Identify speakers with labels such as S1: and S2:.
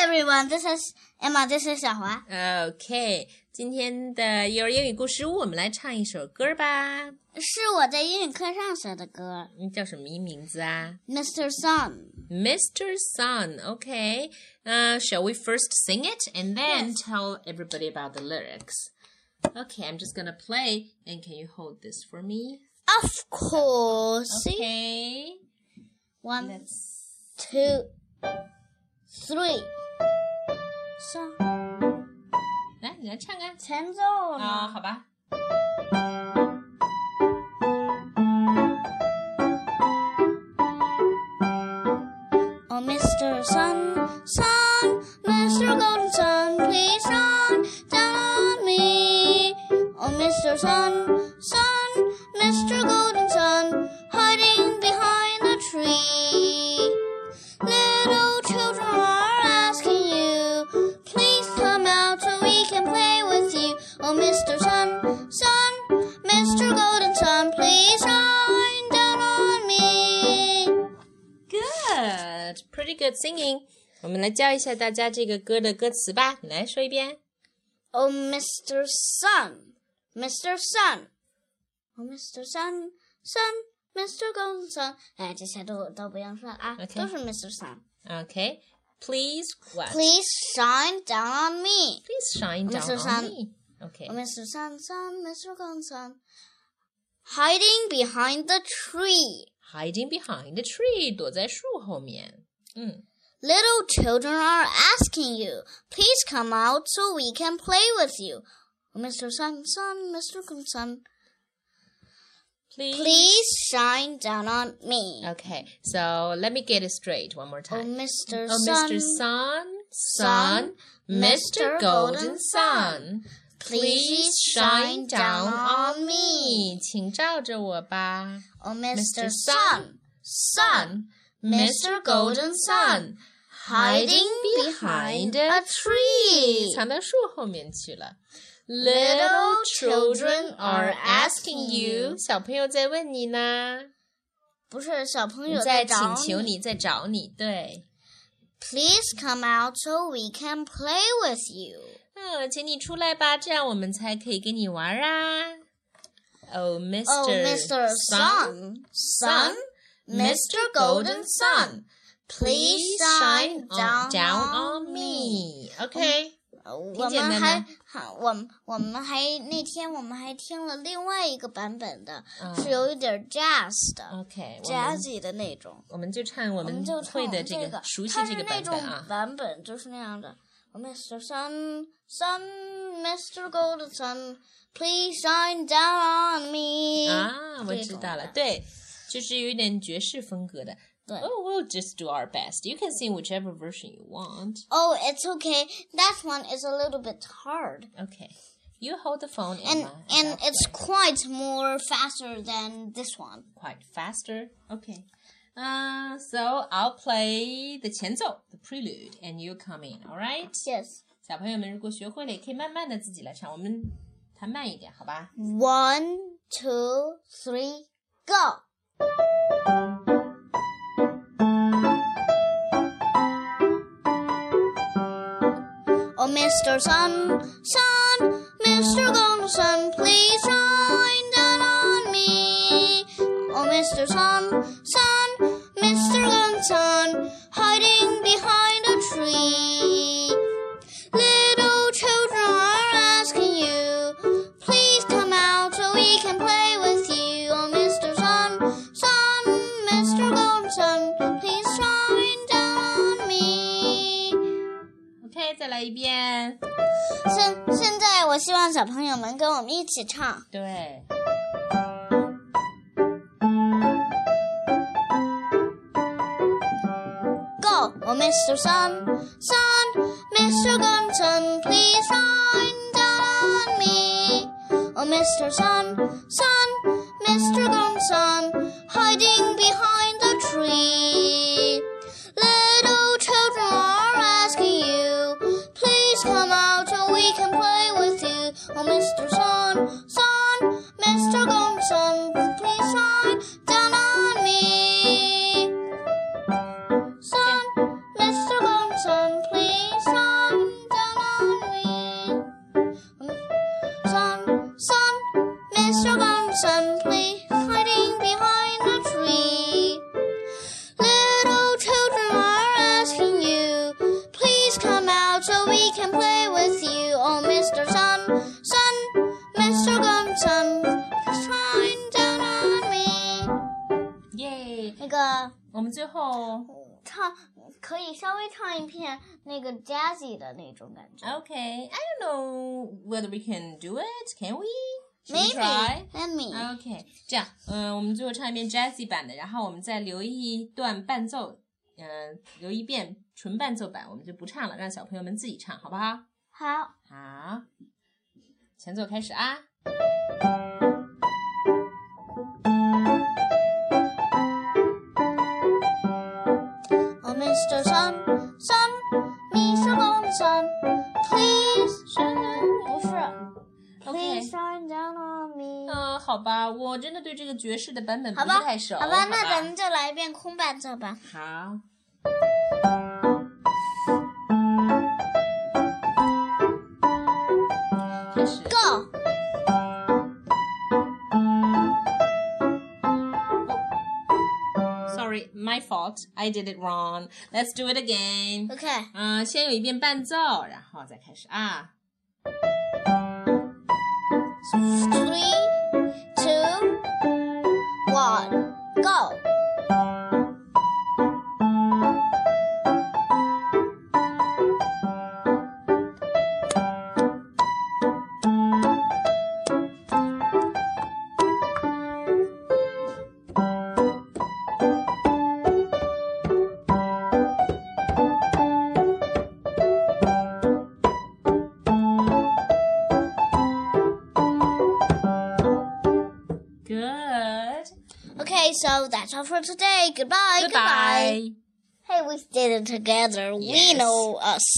S1: everyone. This is Emma. This is 小华。
S2: OK，今天的幼儿英语故事屋，我们来唱一首歌吧。
S1: 是我在英语课上学的歌
S2: 你叫什么名字啊
S1: ，Mr. Sun。
S2: ？Mr. Sun。OK，呃、s h a l l we first sing it and then tell everybody about the lyrics? Okay, I'm just gonna play, and can you hold this for me?
S1: Of course.
S2: Okay.
S1: One,
S2: Let's.
S1: two, three. 上
S2: 来，你来唱啊。
S1: 前奏
S2: 啊、
S1: 呢
S2: 好吧。
S1: Oh, Mr. Sun, Sun, Mr. Golden Sun, please shine down on me. Oh, Mr. Sun, Sun, Mr. Golden Sun, hiding behind the tree. Little children are asking you, please come out so we can play with you. Oh, Mr. Sun, Sun, Mr. Golden Sun, please shine down on me.
S2: Good, pretty good singing. 我们来教一下大家这个歌的歌词吧。你来说一遍。
S1: Oh, Mr. Sun, Mr. Sun, oh, Mr. Sun, Sun, Mr. Golden Sun，哎，这些都都不用说啊
S2: OK
S1: 都是 Mr. Sun。
S2: Okay. Please what?
S1: Please shine down on me.
S2: Please shine down
S1: Mr.
S2: on
S1: Sun.
S2: me. Okay.
S1: Oh, Mr. Sun, Sun, Mr. Golden Sun, hiding behind the tree.
S2: Hiding behind the tree，躲在树后面。嗯
S1: Little children are asking you, please come out so we can play with you. Oh, Mr. Sun, Sun, Mr. Golden Sun,
S2: ，Please.
S1: please shine down on me.
S2: Okay. So let me get it straight one more
S1: Oh,
S2: time.
S1: Mr.
S2: Oh,
S1: Sun,
S2: Mr. Sun, Sun, Mr.
S1: Mr.
S2: Golden
S1: Golden
S2: Sun, please shine down on me. 请照着我吧。
S1: Oh,
S2: Mr.
S1: Mr.
S2: Sun,
S1: Sun, Sun,
S2: Mr. Golden Sun,
S1: hiding behind a tree.
S2: 藏到树后面去了。
S1: 嗯
S2: Little
S1: Little
S2: children
S1: children
S2: are
S1: are
S2: asking
S1: asking
S2: you，
S1: you
S2: 小朋友在问你呢，
S1: 不是小朋
S2: 你
S1: 友
S2: 在请
S1: 找
S2: 求你，在找你。对，
S1: Please come out so we can play with you.
S2: 嗯，请你出来吧，这样我们才可以跟你玩啊。Oh, Mr.
S1: Oh, Mr. Sun, Sun, Mr. Golden Sun,
S2: please
S1: please shine
S2: shine on, down
S1: down
S2: on
S1: on
S2: me. OK，
S1: 呃我
S2: 简单
S1: 们
S2: 的
S1: 还好，我们我们还那天我们还听了另外一个版本的，
S2: 啊
S1: 是有一点 jazz 的
S2: OK，我们
S1: jazzy 的那种。
S2: 我们就唱我
S1: 我
S2: 们
S1: 就唱
S2: 会
S1: 我
S2: 的
S1: 们
S2: 这
S1: 这
S2: 个熟悉
S1: 它
S2: 这
S1: 是
S2: 个
S1: 那
S2: 版
S1: 种
S2: 本啊。
S1: 版本就是那样的。我们 Mr. Sun Sun Mr. Golden Sun Please shine down on me
S2: 啊，我
S1: 这
S2: 知
S1: 种
S2: 道了，
S1: 的
S2: 对，就是有一点爵士风格的。
S1: 对
S2: Oh, we'll just do our best. You can sing whichever version you want.
S1: Oh, it's okay. That one is a little bit hard,
S2: Okay. You hold the phone,
S1: and
S2: Emma,
S1: and
S2: I'll
S1: it's
S2: play
S1: quite more faster than this one.
S2: quite faster. Okay. Uh, so I'll play the 前奏，the prelude, and you come in. All right.
S1: Yes.
S2: 小朋友们，如果学会了，也可以慢慢的自己来唱。我们弹慢一点，好吧？
S1: One, two, three, go. Oh, Mr. Sun, Sun, Mr. Golden Sun, please shine down on me. Oh, Mr. Sun, Sun, Mr. Golden Sun, hiding behind a tree. Little children are asking you, please come out so we can play with you. Oh, Mr. Sun, Sun, Mr. Golden Sun, please shine down on me.
S2: OK，再来一遍。
S1: 现现在，我希望小朋友们跟我们一起唱。
S2: 对。
S1: Go, oh Mr. Sun, Sun, Mr. Golden Sun, please shine down on me. Oh Mr. Sun, Sun, Mr. Golden Sun, hiding behind the tree. Little children are asking you, please come out so we can play with you. Oh Mr. Sun, Sun, Mr. Golden Sun, please shine down on me. Sun, Mr. Golden Sun, please Oh, 唱可以稍微唱一片那个 jazzy 的那种感觉。
S2: Okay, I don't know whether we can do it. Can we? Should we
S1: Maybe,
S2: try?
S1: maybe.
S2: OK，这样，嗯、我们最后唱一遍 Jazzy 版的，然后我们再留一段伴奏，嗯、留一遍纯伴奏版，我们就不唱了，让小朋友们自己唱，好不好？
S1: 好，
S2: 好，前奏开始啊。
S1: oh Mr. Sun, Sun, Mr. 公的 Sun, please shine，不是
S2: OK
S1: ，please。shine down on me。
S2: 嗯、好吧，我真的对这个爵士的版本不
S1: 好
S2: 是
S1: 吧，
S2: 太熟。
S1: 好吧，那咱们就来一遍空伴奏吧。
S2: 好。开始。
S1: Go。
S2: Sorry, my fault. I did it wrong. Let's do it again.
S1: Okay.
S2: 嗯、先有一遍伴奏，然后再开始啊。
S1: Three, two, one, go.
S2: Good.
S1: Okay, so that's all for today. Goodbye. Hey, we did it together.
S2: Yes.
S1: We know us.